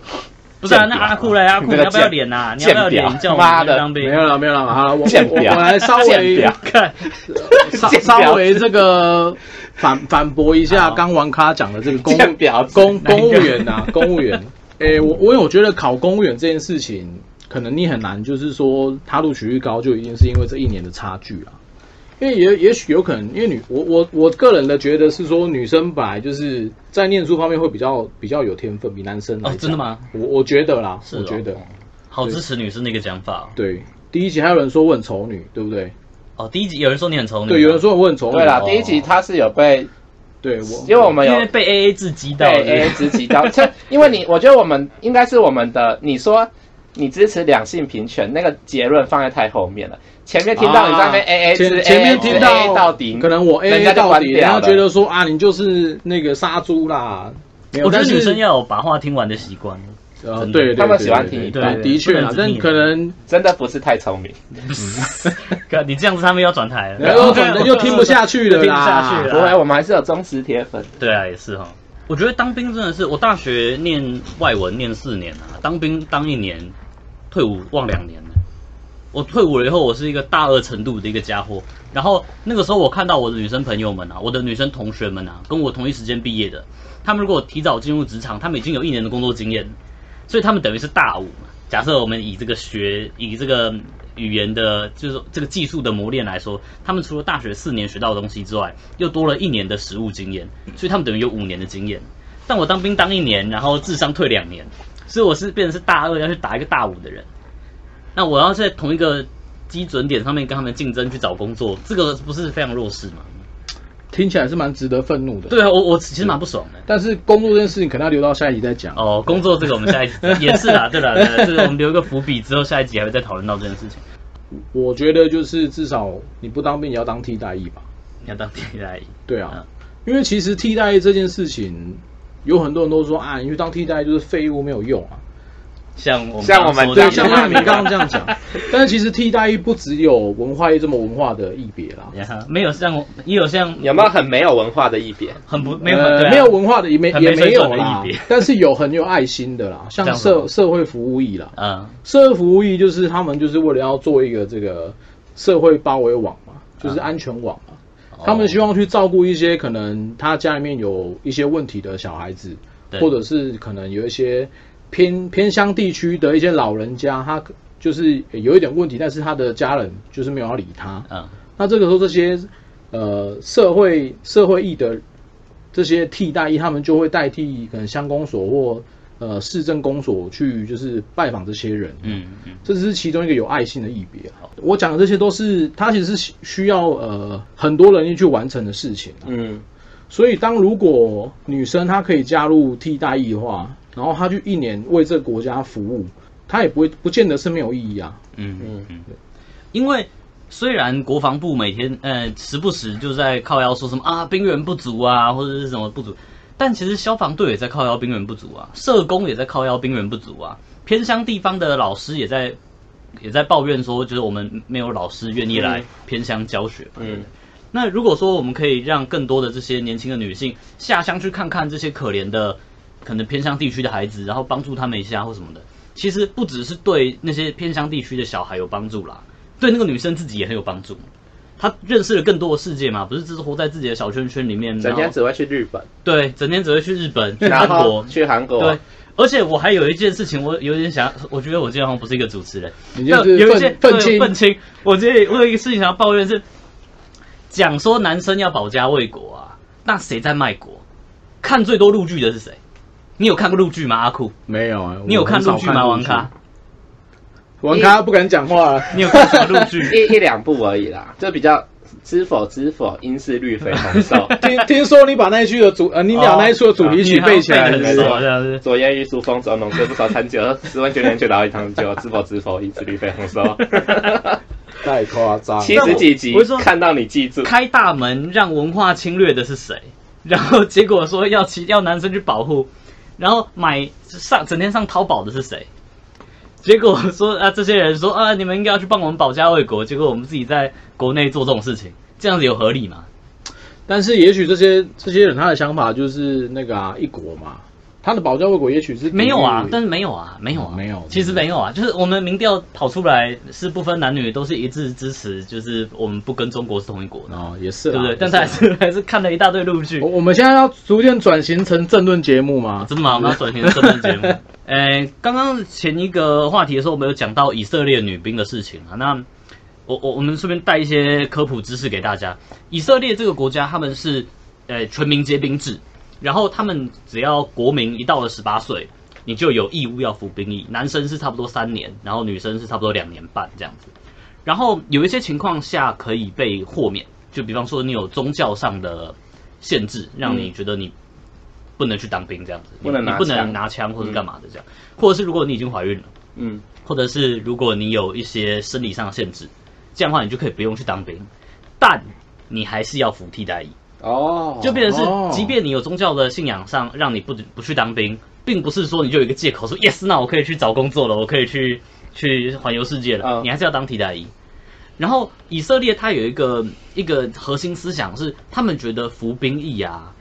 Speaker 1: 不是啊，
Speaker 2: 贱
Speaker 1: 那
Speaker 2: 婊
Speaker 1: 阿酷嘞， 阿酷，
Speaker 2: 你这
Speaker 1: 你
Speaker 2: 个
Speaker 1: 要不要
Speaker 2: 贱
Speaker 1: 脸呐？你要不要
Speaker 2: 贱婊
Speaker 1: 脸？你叫我
Speaker 2: 妈
Speaker 1: 们去
Speaker 2: 的
Speaker 1: 当
Speaker 3: 没
Speaker 1: 兵？
Speaker 3: 有了，没有了，好 了，我
Speaker 2: 贱
Speaker 3: 我我
Speaker 2: 婊
Speaker 3: 来稍
Speaker 2: 贱
Speaker 3: 微
Speaker 2: 婊
Speaker 1: 看，
Speaker 3: 稍
Speaker 2: 贱婊
Speaker 3: 稍微这个反反驳一下
Speaker 1: 好
Speaker 3: 刚王咖讲的这个公务
Speaker 2: 贱婊子，
Speaker 3: 公公务员呐、 公务员。诶、我我有觉得考公务员这件事情，可能你很难就是说他录取率高，就一定是因为这一年的差距啦。因为也也许有可能，因为女我我我个人的觉得是说，女生本来就是在念书方面会比较比较有天分，比男生来
Speaker 1: 哦
Speaker 3: 讲、
Speaker 1: 真的吗？
Speaker 3: 我我觉得啦，
Speaker 1: 是哦
Speaker 3: 我觉得
Speaker 1: 好支持女生的一个讲法
Speaker 3: 对。第一集还有人说我很丑女，对不对？
Speaker 1: 哦。哦，第一集有人说你很丑女，
Speaker 3: 对，有人说我很丑女，
Speaker 2: 对啦，
Speaker 1: 哦
Speaker 2: 第一集他是有被，
Speaker 3: 对我
Speaker 2: 因为我们
Speaker 1: 因
Speaker 2: 有
Speaker 1: 为被 A A 制击到，是
Speaker 2: 对
Speaker 1: 不
Speaker 2: A
Speaker 1: 是
Speaker 2: A 直击到，这因为你，我觉得我们应该是我们的，你说你支持两性平权那个结论放在太后面了，前面听到你在那边
Speaker 1: 啊
Speaker 2: A A
Speaker 3: 前
Speaker 2: 制，
Speaker 3: 前面听到
Speaker 2: A 到底，
Speaker 3: 可能我 A
Speaker 2: 人
Speaker 3: A
Speaker 2: 家就
Speaker 3: 到
Speaker 2: 关
Speaker 3: 底，
Speaker 2: 掉
Speaker 3: 然后
Speaker 2: 了
Speaker 3: 觉得说啊，你就是那个杀猪啦。没有
Speaker 1: 我觉得
Speaker 3: 但是
Speaker 1: 女生要有把话听完的习惯，
Speaker 3: 呃，
Speaker 1: 真的
Speaker 3: 对，对
Speaker 2: 他们
Speaker 3: 对
Speaker 2: 喜欢
Speaker 3: 对
Speaker 2: 听你
Speaker 3: 对
Speaker 1: 对
Speaker 3: 对
Speaker 1: 对
Speaker 3: 的确啦
Speaker 1: 不，能只
Speaker 3: 但
Speaker 1: 听
Speaker 3: 可能
Speaker 2: 真的不是太聪明，
Speaker 1: 哥你这样子他们要转台了，
Speaker 3: 嗯然后可能又听不下去了
Speaker 1: 又听不下去了
Speaker 3: 啦。
Speaker 2: 不会，我们还是有忠实铁粉。
Speaker 1: 对啊，也是哈。我觉得当兵真的是，我大学念外文念四年啊，当兵当一年，退伍忘两年了。我退伍了以后，我是一个大二程度的一个家伙。然后那个时候，我看到我的女生朋友们啊，我的女生同学们啊，跟我同一时间毕业的，他们如果提早进入职场，他们已经有一年的工作经验了，所以他们等于是大五嘛。假设我们以这个学以这个语言的，就是说这个技术的磨练来说，他们除了大学四年学到的东西之外，又多了一年的实务经验，所以他们等于有五年的经验。但我当兵当一年，然后智商退两年，所以我是变成是大二要去打一个大五的人。那我要在同一个基准点上面跟他们竞争去找工作，这个不是非常弱势吗？
Speaker 3: 听起来是蛮值得愤怒的。
Speaker 1: 对啊，我我其实蛮不爽的。
Speaker 3: 但是工作这件事情可能要留到下一集再讲。
Speaker 1: 哦，工作这个我们下一集也是啦，对啦，对啦这个我们留一个伏笔，之后下一集还会再讨论到这件事情。
Speaker 3: 我觉得就是至少你不当兵也要当替代役吧。
Speaker 1: 你要当替代役，
Speaker 3: 对啊，因为其实替代役这件事情，有很多人都说啊，你去当替代役就是废物，没有用啊。
Speaker 1: 像我们
Speaker 2: 像我们
Speaker 1: 刚刚说的
Speaker 3: 对，
Speaker 2: 当
Speaker 3: 像
Speaker 2: 替代
Speaker 3: 像
Speaker 2: 役
Speaker 3: 你刚刚这样讲， 但是其实替代役不只有文化役这么文化的役别啦。
Speaker 1: 呀没有像我，也有像
Speaker 2: 有没有很没有文化的一点？
Speaker 1: 很不没有很、
Speaker 3: 呃
Speaker 1: 对啊
Speaker 3: 没有文化的也没
Speaker 1: 很
Speaker 3: 也
Speaker 1: 没水
Speaker 3: 没有
Speaker 1: 准的
Speaker 3: 啦
Speaker 1: 一笔，
Speaker 3: 但是有很有爱心的啦，像
Speaker 1: 像什
Speaker 3: 社
Speaker 1: 么
Speaker 3: 社会服务役啦，
Speaker 1: 嗯
Speaker 3: 社会服务役就是他们就是为了要做一个这个社会包围网嘛，
Speaker 1: 啊
Speaker 3: 就是安全网嘛，
Speaker 1: 哦
Speaker 3: 他们希望去照顾一些可能他家里面有一些问题的小孩子，
Speaker 1: 对
Speaker 3: 或者是可能有一些偏偏乡地区的一些老人家，他就是有一点问题，但是他的家人就是没有要理他，
Speaker 1: 嗯
Speaker 3: 那这个时候，这些呃社会社会役的这些替代役，他们就会代替可能乡公所或呃市政公所去就是拜访这些人，
Speaker 1: 嗯嗯
Speaker 3: 这只是其中一个有爱心的役别啊。我讲的这些都是它其实是需要呃很多人力去完成的事情啊、
Speaker 2: 嗯，
Speaker 3: 所以当如果女生她可以加入替代役的话，然后她去一年为这个国家服务，她也不会不见得是没有意义啊。
Speaker 1: 嗯嗯
Speaker 2: 嗯
Speaker 1: 嗯，因为虽然国防部每天呃时不时就在靠腰说什么啊兵源不足啊或者是什么不足，但其实消防队也在靠腰兵源不足啊，社工也在靠腰兵源不足啊，偏乡地方的老师也在也在抱怨说，就是我们没有老师愿意来
Speaker 2: 嗯
Speaker 1: 偏乡教学嘛，
Speaker 2: 嗯
Speaker 1: 对不对那如果说我们可以让更多的这些年轻的女性下乡去看看这些可怜的，可能偏乡地区的孩子，然后帮助他们一下或什么的，其实不只是对那些偏乡地区的小孩有帮助啦，对那个女生自己也很有帮助。她认识了更多的世界嘛，不是只是活在自己的小圈圈里面，
Speaker 2: 整
Speaker 1: 然
Speaker 2: 天
Speaker 1: 后
Speaker 2: 只会去日本，
Speaker 1: 对，整天只会去日本、去韩
Speaker 2: 然
Speaker 1: 国
Speaker 2: 后，去韩国
Speaker 1: 对，。而且我还有一件事情，我有点想，我觉得我今天好像不是一个主持人，
Speaker 3: 你就
Speaker 1: 对
Speaker 3: 是
Speaker 1: 有一些
Speaker 3: 愤愤
Speaker 1: 对
Speaker 3: 青，
Speaker 1: 愤青。我这里我有一个事情想要抱怨是，讲说男生要保家卫国啊，那谁在卖国？看最多陆剧的是谁？你有看过陆剧吗？阿酷，
Speaker 3: 没有啊，
Speaker 1: 你有
Speaker 3: 我很
Speaker 1: 看
Speaker 3: 少
Speaker 1: 陆剧吗？王咖，
Speaker 3: 王咖不敢讲话啊了。
Speaker 1: 你有看什么陆 剧？
Speaker 2: 一一两部而已啦，就比较知否知否，应是绿肥红 瘦。
Speaker 3: 听听说你把那一句的主，呃，你俩那一出的主题曲背起来
Speaker 1: 哦你
Speaker 3: 了，
Speaker 1: 好背
Speaker 3: 是不
Speaker 1: 得很熟，
Speaker 3: 是
Speaker 1: 这样子。
Speaker 2: 昨夜遇苏风，走 农歌不少残酒，十问九年却老一堂酒，知否知否，应是绿肥红瘦。
Speaker 3: 太夸张了。
Speaker 2: 七十几集
Speaker 1: 我是说
Speaker 2: 看到你记住，
Speaker 1: 开大门让文化侵略的是谁？ 然后结果说要其要男生去保护，然后买上整天上淘宝的是谁？结果说啊，这些人说啊，你们应该要去帮我们保家卫国，结果我们自己在国内做这种事情，这样子有合理吗？
Speaker 3: 但是也许这些这些人他的想法就是那个啊一国嘛，他的保家卫国也许是抵御
Speaker 1: 没有啊，但是没有啊，没有啊，
Speaker 3: 嗯没有
Speaker 1: 其实没有啊，就是我们民调跑出来是不分男女，都是一致支持，就是我们不跟中国是同一国的，
Speaker 3: 哦也是
Speaker 1: 对不
Speaker 3: 啦
Speaker 1: 对？
Speaker 3: 也
Speaker 1: 但
Speaker 3: 是
Speaker 1: 是
Speaker 3: 啦
Speaker 1: 还是还是看了一大堆陆剧
Speaker 3: 我，我们现在要逐渐转型成政论节目嘛，
Speaker 1: 真的吗？我们要转型政论节目。呃，刚刚前一个话题的时候，我们有讲到以色列女兵的事情啊。那我我我们顺便带一些科普知识给大家。以色列这个国家，他们是呃全民皆兵制，然后他们只要国民一到了十八岁，你就有义务要服兵役。男生是差不多三年，然后女生是差不多两年半这样子。然后有一些情况下可以被豁免，就比方说你有宗教上的限制，让你觉得你不能去当兵这样子，
Speaker 2: 不能
Speaker 1: 你
Speaker 2: 拿
Speaker 1: 你不能
Speaker 2: 枪
Speaker 1: 拿枪或者干嘛的这样，或者是如果你已经怀孕了，
Speaker 2: 嗯，
Speaker 1: 或者是如果你有一些生理上的限制，这样的话你就可以不用去当兵，但你还是要服替代役，
Speaker 2: 哦，
Speaker 1: 就变成
Speaker 3: 哦
Speaker 1: 是，即便你有宗教的信仰上让你不不去当兵，并不是说你就有一个借口说 yes，那我可以去找工作了，我可以去去环游世界了，
Speaker 2: 嗯
Speaker 1: 你还是要当替代役。然后以色列它有一个一个核心思想是，他们觉得服兵役啊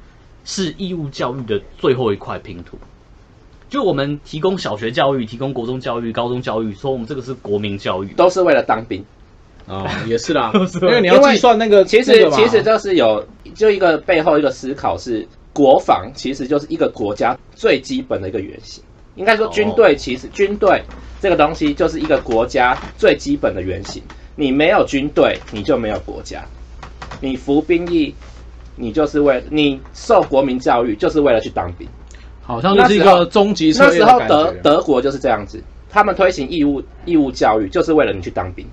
Speaker 1: 是义务教育的最后一块拼图。就我们提供小学教育、提供国中教育、高中教育，说我们这个是国民教育，
Speaker 2: 都是为了当兵。
Speaker 3: 哦也是 啦，
Speaker 1: 都是
Speaker 3: 因为你要计算那个
Speaker 2: 其
Speaker 3: 那
Speaker 2: 实
Speaker 3: 个嘛
Speaker 2: 其实就是有就一个背后一个思考是，国防其实就是一个国家最基本的一个原型。应该
Speaker 3: 哦
Speaker 2: 说，军队其实、军队这个东西就是一个国家最基本的原型。你没有军队，你就没有国家。你服兵役，你就是为你受国民教育，就是为了去当兵。
Speaker 3: 好像就是一个终极
Speaker 2: 那
Speaker 3: 测验
Speaker 2: 时
Speaker 3: 的
Speaker 2: 候
Speaker 3: 感
Speaker 2: 德
Speaker 3: 觉。
Speaker 2: 德国就是这样子，他们推行义务义务教育，就是为了你去当兵。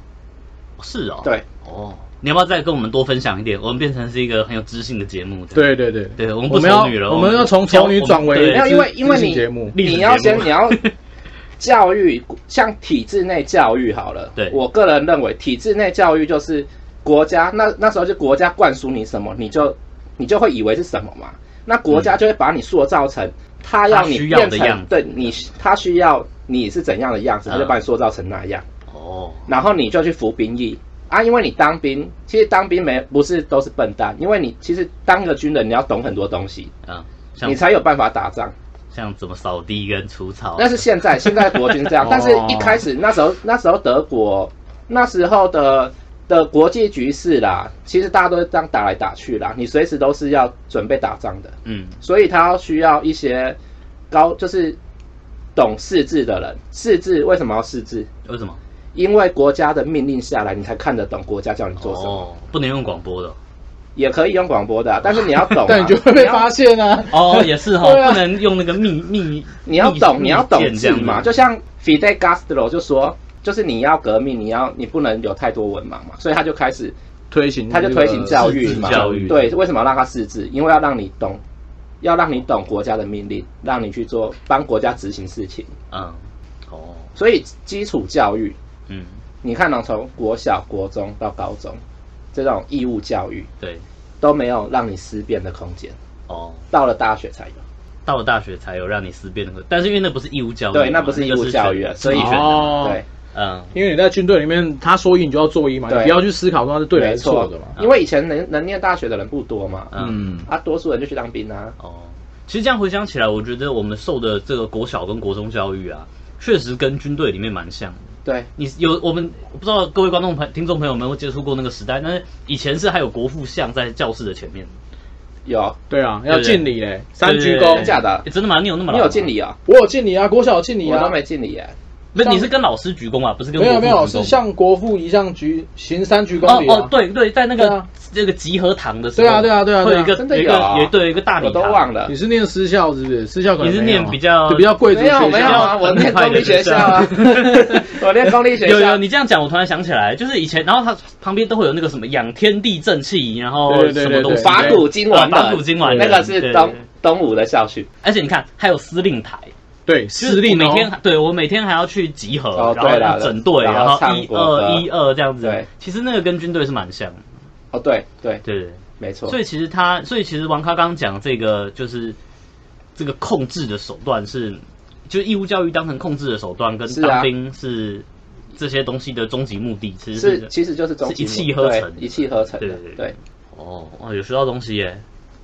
Speaker 1: 是哦，
Speaker 2: 对，
Speaker 1: 哦，你要不要再跟我们多分享一点？我们变成是一个很有知性的节目，这样
Speaker 3: 对对对，
Speaker 1: 对，我们
Speaker 3: 我
Speaker 1: 不
Speaker 3: 们
Speaker 1: 丑
Speaker 3: 要
Speaker 1: 女了，
Speaker 3: 我们要从丑女转为
Speaker 1: 对
Speaker 2: 没有，因为因为
Speaker 3: 知
Speaker 2: 你
Speaker 3: 性节目
Speaker 1: 历史
Speaker 2: 你要
Speaker 1: 节
Speaker 2: 先
Speaker 1: 目
Speaker 2: 你 要教育，像体制内教育好了。
Speaker 1: 对
Speaker 2: 我个人认为体制内教育就是国家那那时候就国家灌输你什么，你就你就会以为是什么嘛。那国家就会把你塑造成他要
Speaker 1: 嗯他
Speaker 2: 你
Speaker 1: 需要的
Speaker 2: 变成
Speaker 1: 样子
Speaker 2: 对你他需要你是怎样的样子，他就
Speaker 1: 嗯
Speaker 2: 把你塑造成那样，
Speaker 1: 哦，
Speaker 2: 然后你就去服兵役。啊，因为你当兵，其实当兵没不是都是笨蛋，因为你其实当个军人，你要懂很多东西，
Speaker 1: 嗯，像
Speaker 2: 你才有办法打仗。
Speaker 1: 像怎么扫地跟除草，
Speaker 2: 那是现在，现在国军这样
Speaker 3: 哦，
Speaker 2: 但是一开始那时候那时候德国那时候的的国际局势啦，其实大家都是这样打来打去啦，你随时都是要准备打仗的，
Speaker 1: 嗯
Speaker 2: 所以他需要一些高就是懂世制的人，世制为什么要世制？
Speaker 1: 为什么？
Speaker 2: 因为国家的命令下来，你才看得懂国家叫你做什么，
Speaker 1: 哦，不能用广播的
Speaker 2: 也可以用广播的啊，但是你要懂啊、
Speaker 3: 但你就会被
Speaker 2: 你要
Speaker 3: 发现啊！
Speaker 1: 哦， 也是哈，
Speaker 3: 对啊
Speaker 1: 不能用那个密密，
Speaker 2: 你要懂，
Speaker 1: 密
Speaker 2: 你要懂
Speaker 1: 密
Speaker 2: 字
Speaker 1: 件这
Speaker 2: 嘛。
Speaker 1: 样
Speaker 2: 就
Speaker 1: 子
Speaker 2: 像 Fidel Castro 就说，就是你要革命，你要你不能有太多文盲嘛，所以他就开始，
Speaker 3: 推行
Speaker 2: 他就推行教育
Speaker 3: 自治哦
Speaker 2: 嘛。
Speaker 1: 教育
Speaker 2: 对，为什么要让他识字？因为要让你懂，要让你懂国家的命令，让你去做帮国家执行事情。
Speaker 1: 嗯，哦，
Speaker 2: 所以基础教育，
Speaker 1: 嗯，
Speaker 2: 你看呢、从国小、国中到高中，这种义务教育
Speaker 1: 对，
Speaker 2: 都没有让你思辨的空间，
Speaker 1: 哦。
Speaker 2: 到了大学才有。
Speaker 1: 到了大学才有让你思辨的，但是因为那不是义务教育嘛，
Speaker 2: 对那不是义务教育啊
Speaker 1: 那个是
Speaker 2: 所以
Speaker 1: 自己选的嘛
Speaker 3: 哦，
Speaker 2: 对，
Speaker 1: 嗯，
Speaker 3: 因为你在军队里面，他说一你就要做一嘛，你
Speaker 2: 对
Speaker 3: 不要去思考说他是对的还
Speaker 2: 没
Speaker 3: 是错的嘛。
Speaker 2: 因为以前能能念大学的人不多嘛，
Speaker 1: 嗯
Speaker 3: 嗯，
Speaker 2: 啊，多数人就去当兵啊。
Speaker 1: 哦，其实这样回想起来，我觉得我们受的这个国小跟国中教育啊，确实跟军队里面蛮像的。
Speaker 2: 对，
Speaker 1: 你有我们我不知道各位观众朋听众朋友们有没有接触过那个时代，但是以前是还有国父像在教室的前面，
Speaker 2: 有，
Speaker 3: 对啊，
Speaker 1: 对
Speaker 3: 要
Speaker 1: 对
Speaker 3: 敬礼嘞，三
Speaker 1: 对对
Speaker 3: 鞠
Speaker 1: 对
Speaker 3: 躬
Speaker 2: 真。假的
Speaker 1: 诶？真的吗？你有那么
Speaker 2: 你
Speaker 1: 老
Speaker 2: 有
Speaker 1: 吗
Speaker 2: 敬？礼啊？
Speaker 3: 我有敬礼啊，国小有敬礼
Speaker 2: 我
Speaker 3: 啊
Speaker 2: 都，没敬礼耶。
Speaker 1: 不是，
Speaker 3: 像
Speaker 1: 你是跟老师鞠躬啊，不是跟
Speaker 3: 没有
Speaker 1: 国父
Speaker 3: 没有，
Speaker 1: 鞠躬
Speaker 3: 是向国父一向鞠行三鞠
Speaker 1: 哦
Speaker 3: 躬礼啊
Speaker 1: 哦，对对，在那
Speaker 3: 对
Speaker 1: 个
Speaker 3: 啊
Speaker 1: 那个集合堂的时候，
Speaker 3: 对啊对啊对啊
Speaker 1: 会
Speaker 3: 对
Speaker 1: 有一
Speaker 3: 啊
Speaker 1: 个
Speaker 2: 真
Speaker 1: 有
Speaker 2: 的
Speaker 1: 一
Speaker 2: 有啊
Speaker 1: 个有对有一个大礼
Speaker 2: 我
Speaker 1: 堂，
Speaker 2: 都忘了
Speaker 3: 你。是念私校是不是？私校可能
Speaker 1: 你是
Speaker 3: 没有啊
Speaker 1: 念比较
Speaker 3: 就比较贵族
Speaker 2: 没
Speaker 3: 学
Speaker 2: 有
Speaker 3: 校，
Speaker 2: 没有啊，我念公立学校啊， 我念公立学
Speaker 1: 有有，
Speaker 2: 校。
Speaker 1: 你这样讲，我突然想起来，就是以前，然后它旁边都会有那个什么养天地正气，然后
Speaker 3: 对对对
Speaker 1: 什么东
Speaker 3: 对
Speaker 1: 西，
Speaker 3: 对
Speaker 2: 法
Speaker 3: 对
Speaker 2: 古今完
Speaker 1: 啊法古今完人
Speaker 2: 那个是
Speaker 1: 对
Speaker 2: 东东吴的校训。
Speaker 1: 而且你看还有司令台，
Speaker 3: 对，
Speaker 1: 就是
Speaker 3: 司令
Speaker 1: 我
Speaker 3: 哦
Speaker 1: 每，天对我每天还要去集合，
Speaker 2: 哦
Speaker 1: 然后
Speaker 2: 对啦
Speaker 1: 要整队，
Speaker 2: 然后
Speaker 1: 然后
Speaker 2: 唱
Speaker 1: 一
Speaker 2: 国歌
Speaker 1: 二一二这样子
Speaker 2: 对。
Speaker 1: 其实那个跟军队是蛮像的，
Speaker 2: 哦，对对，
Speaker 1: 对对对。
Speaker 2: 没错
Speaker 1: 所。以其实他，所以其实王咖刚讲这个就是这个控制的手段是，就是义务教育当成控制的手段，跟
Speaker 2: 是啊
Speaker 1: 当兵是这些东西的终极目的，其实
Speaker 2: 是，其实就是中
Speaker 1: 是一
Speaker 2: 极目
Speaker 1: 气呵
Speaker 2: 对
Speaker 1: 成
Speaker 2: 一气呵成的。
Speaker 1: 对
Speaker 2: 啊
Speaker 1: 对对
Speaker 2: 对，
Speaker 1: 哦哇，有学到东西耶！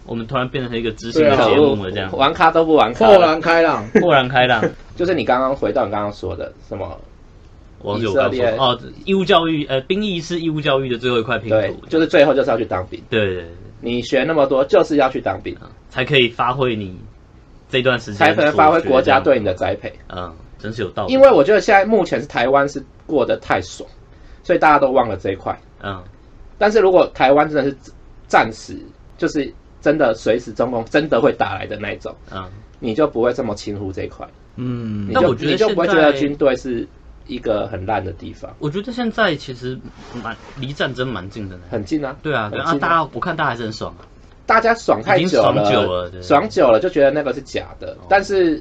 Speaker 1: 我们突然变成一个知性
Speaker 3: 对
Speaker 1: 的
Speaker 3: 啊
Speaker 1: 节
Speaker 2: 可恶
Speaker 1: 目了，这样
Speaker 2: 玩咖都不玩咖
Speaker 3: 豁
Speaker 2: 了，
Speaker 3: 然开 朗。
Speaker 1: 豁然开 朗。
Speaker 2: 就是你刚刚回到你刚刚说的什么？
Speaker 1: 网友告诉
Speaker 2: 以色列
Speaker 1: 我，哦，义务教育，呃，兵役是义务教育的最后一块拼
Speaker 2: 对
Speaker 1: 图，，
Speaker 2: 就是最后就是要去当兵。
Speaker 1: 对对对，
Speaker 2: 你学那么多，就是要去当兵，
Speaker 1: 才可以发挥你这段时间
Speaker 2: 才能发挥国家对你
Speaker 1: 的，
Speaker 2: 的栽培。
Speaker 1: 嗯，真是有道理。
Speaker 2: 因为我觉得现在目前是台湾是过得太爽，所以大家都忘了这一块。
Speaker 1: 嗯，
Speaker 2: 但是如果台湾真的是战时，就是真的随时中共真的会打来的那一种，
Speaker 1: 嗯，你
Speaker 2: 你就不会这么轻忽这一块，
Speaker 3: 嗯
Speaker 2: 你
Speaker 1: 但
Speaker 2: 就
Speaker 1: 我觉得
Speaker 2: 你就不会
Speaker 1: 现
Speaker 2: 觉
Speaker 1: 在
Speaker 2: 得军队是一个很烂的地方，
Speaker 1: 我觉得现在其实蛮离战争蛮近的呢。
Speaker 2: 很近啊。
Speaker 1: 对啊，
Speaker 2: 很
Speaker 1: 对
Speaker 2: 近
Speaker 1: 啊，大家我看大家还是很爽啊。
Speaker 2: 大家爽太久
Speaker 1: 已经爽
Speaker 2: 了，
Speaker 1: 久了对哦
Speaker 2: 爽久了就觉得那个是假的。但是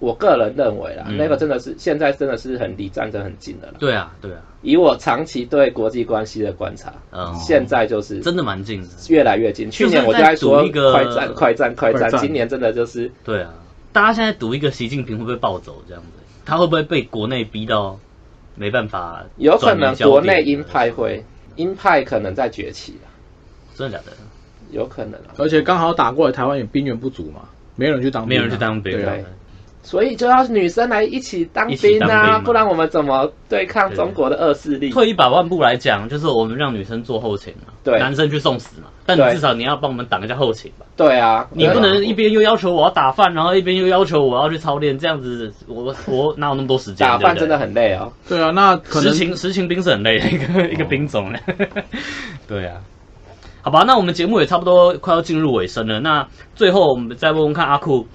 Speaker 2: 我个人认为啦，
Speaker 1: 嗯
Speaker 2: 那个真的是现在真的是很离战争很近的啦。
Speaker 1: 对啊，对啊，
Speaker 2: 以我长期对国际关系的观察，
Speaker 1: 嗯，
Speaker 2: 现在就是
Speaker 1: 真的蛮近的。
Speaker 2: 越来越近。去
Speaker 1: 是
Speaker 2: 年我就
Speaker 1: 在
Speaker 2: 在
Speaker 1: 赌
Speaker 2: 说
Speaker 1: 一个
Speaker 2: 快战、快战、快
Speaker 3: 快
Speaker 2: 战，
Speaker 3: 战
Speaker 2: 今年真的就是
Speaker 1: 对啊，大家现在赌一个习近平会不会暴走这样子，他会不会被国内逼到没办法？
Speaker 2: 有可能国内鹰派，会，鹰派可能在崛起啊，
Speaker 1: 真的假的？
Speaker 2: 有可能
Speaker 1: 呃
Speaker 2: 啊。
Speaker 3: 而且刚好打过来，台湾也兵源不足嘛，没有人去当兵啊，
Speaker 1: 没有人去当兵
Speaker 3: 对啊
Speaker 2: 对所以就要女生来一起当
Speaker 1: 一起
Speaker 2: 兵
Speaker 1: 当兵
Speaker 2: 啊，
Speaker 1: 嘛
Speaker 2: 不然我们怎么对抗中国的恶势力？
Speaker 1: 退一百万步来讲，就是我们让女生做后勤嘛，
Speaker 2: 对
Speaker 1: 男生去送死嘛。但
Speaker 2: 对
Speaker 1: 你至少你要帮我们挡一下后勤吧。
Speaker 2: 对啊，
Speaker 1: 你不能一边又要求我要打饭，然后一边又要求我要去操练，这样子我我哪有那么多时间？
Speaker 2: 打
Speaker 1: 对不
Speaker 2: 饭
Speaker 1: 对
Speaker 2: 真的很累哦。
Speaker 3: 对啊，那可
Speaker 1: 实
Speaker 3: 能哦
Speaker 1: 情实情兵是很累的一个、一个兵种 呢。对啊，好吧，那我们节目也差不多快要进入尾声了。那最后我们再问问看阿酷，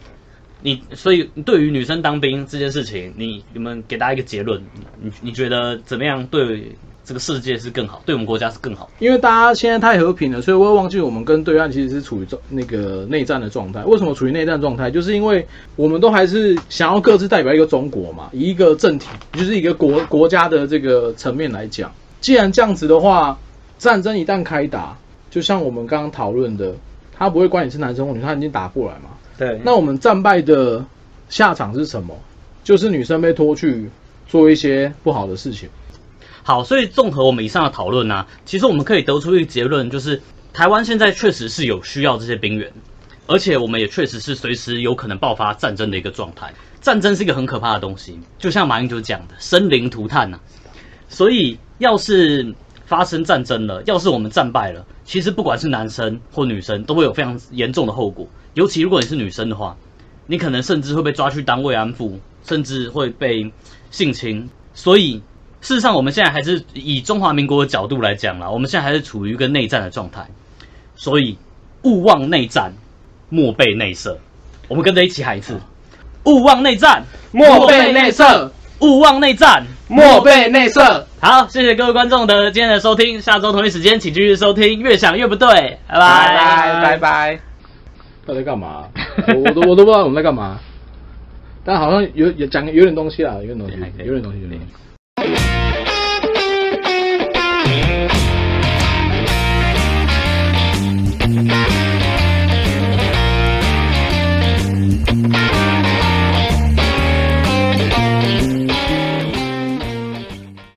Speaker 1: 你所以对于女生当兵这件事情，你你们给大家一个结论，你你觉得怎么样对这个世界是更好，对我们国家是更好？
Speaker 3: 因为大家现在太和平了，所以会忘记我们跟对岸其实是处于中那个内战的状态。为什么处于内战状态？就是因为我们都还是想要各自代表一个中国嘛，以一个政体，就是一个国国家的这个层面来讲。既然这样子的话，战争一旦开打，就像我们刚刚讨论的，他不会管你是男生或女，生，他已经打过来嘛。
Speaker 1: 对
Speaker 3: 那我们战败的下场是什么？就是女生被拖去做一些不好的事情。
Speaker 1: 好，所以综合我们以上的讨论呢、其实我们可以得出一个结论，就是台湾现在确实是有需要这些兵源，而且我们也确实是随时有可能爆发战争的一个状态。战争是一个很可怕的东西，就像马英九讲的“生灵涂炭”呐、所以，要是发生战争了，要是我们战败了，其实不管是男生或女生，都会有非常严重的后果。尤其如果你是女生的话，你可能甚至会被抓去当慰安妇，甚至会被性侵。所以，事实上，我们现在还是以中华民国的角度来讲啦，我们现在还是处于一个内战的状态，所以勿忘内战，莫被内射。我们跟着一起喊一次：勿忘内战，
Speaker 2: 莫被内射，
Speaker 1: 勿忘内战。
Speaker 2: 莫被内射。
Speaker 1: 好，谢谢各位观众的今天的收听，下周同一时间请继续收听，越想越不对，拜
Speaker 2: 拜
Speaker 1: 拜。
Speaker 2: 拜拜拜。
Speaker 3: 到底在干嘛？我我都我都不知道我们在干嘛，但好像有有讲有点东西啊，有点东西
Speaker 1: 还可，以
Speaker 3: 有点东西，有点东西。
Speaker 5: Thank you.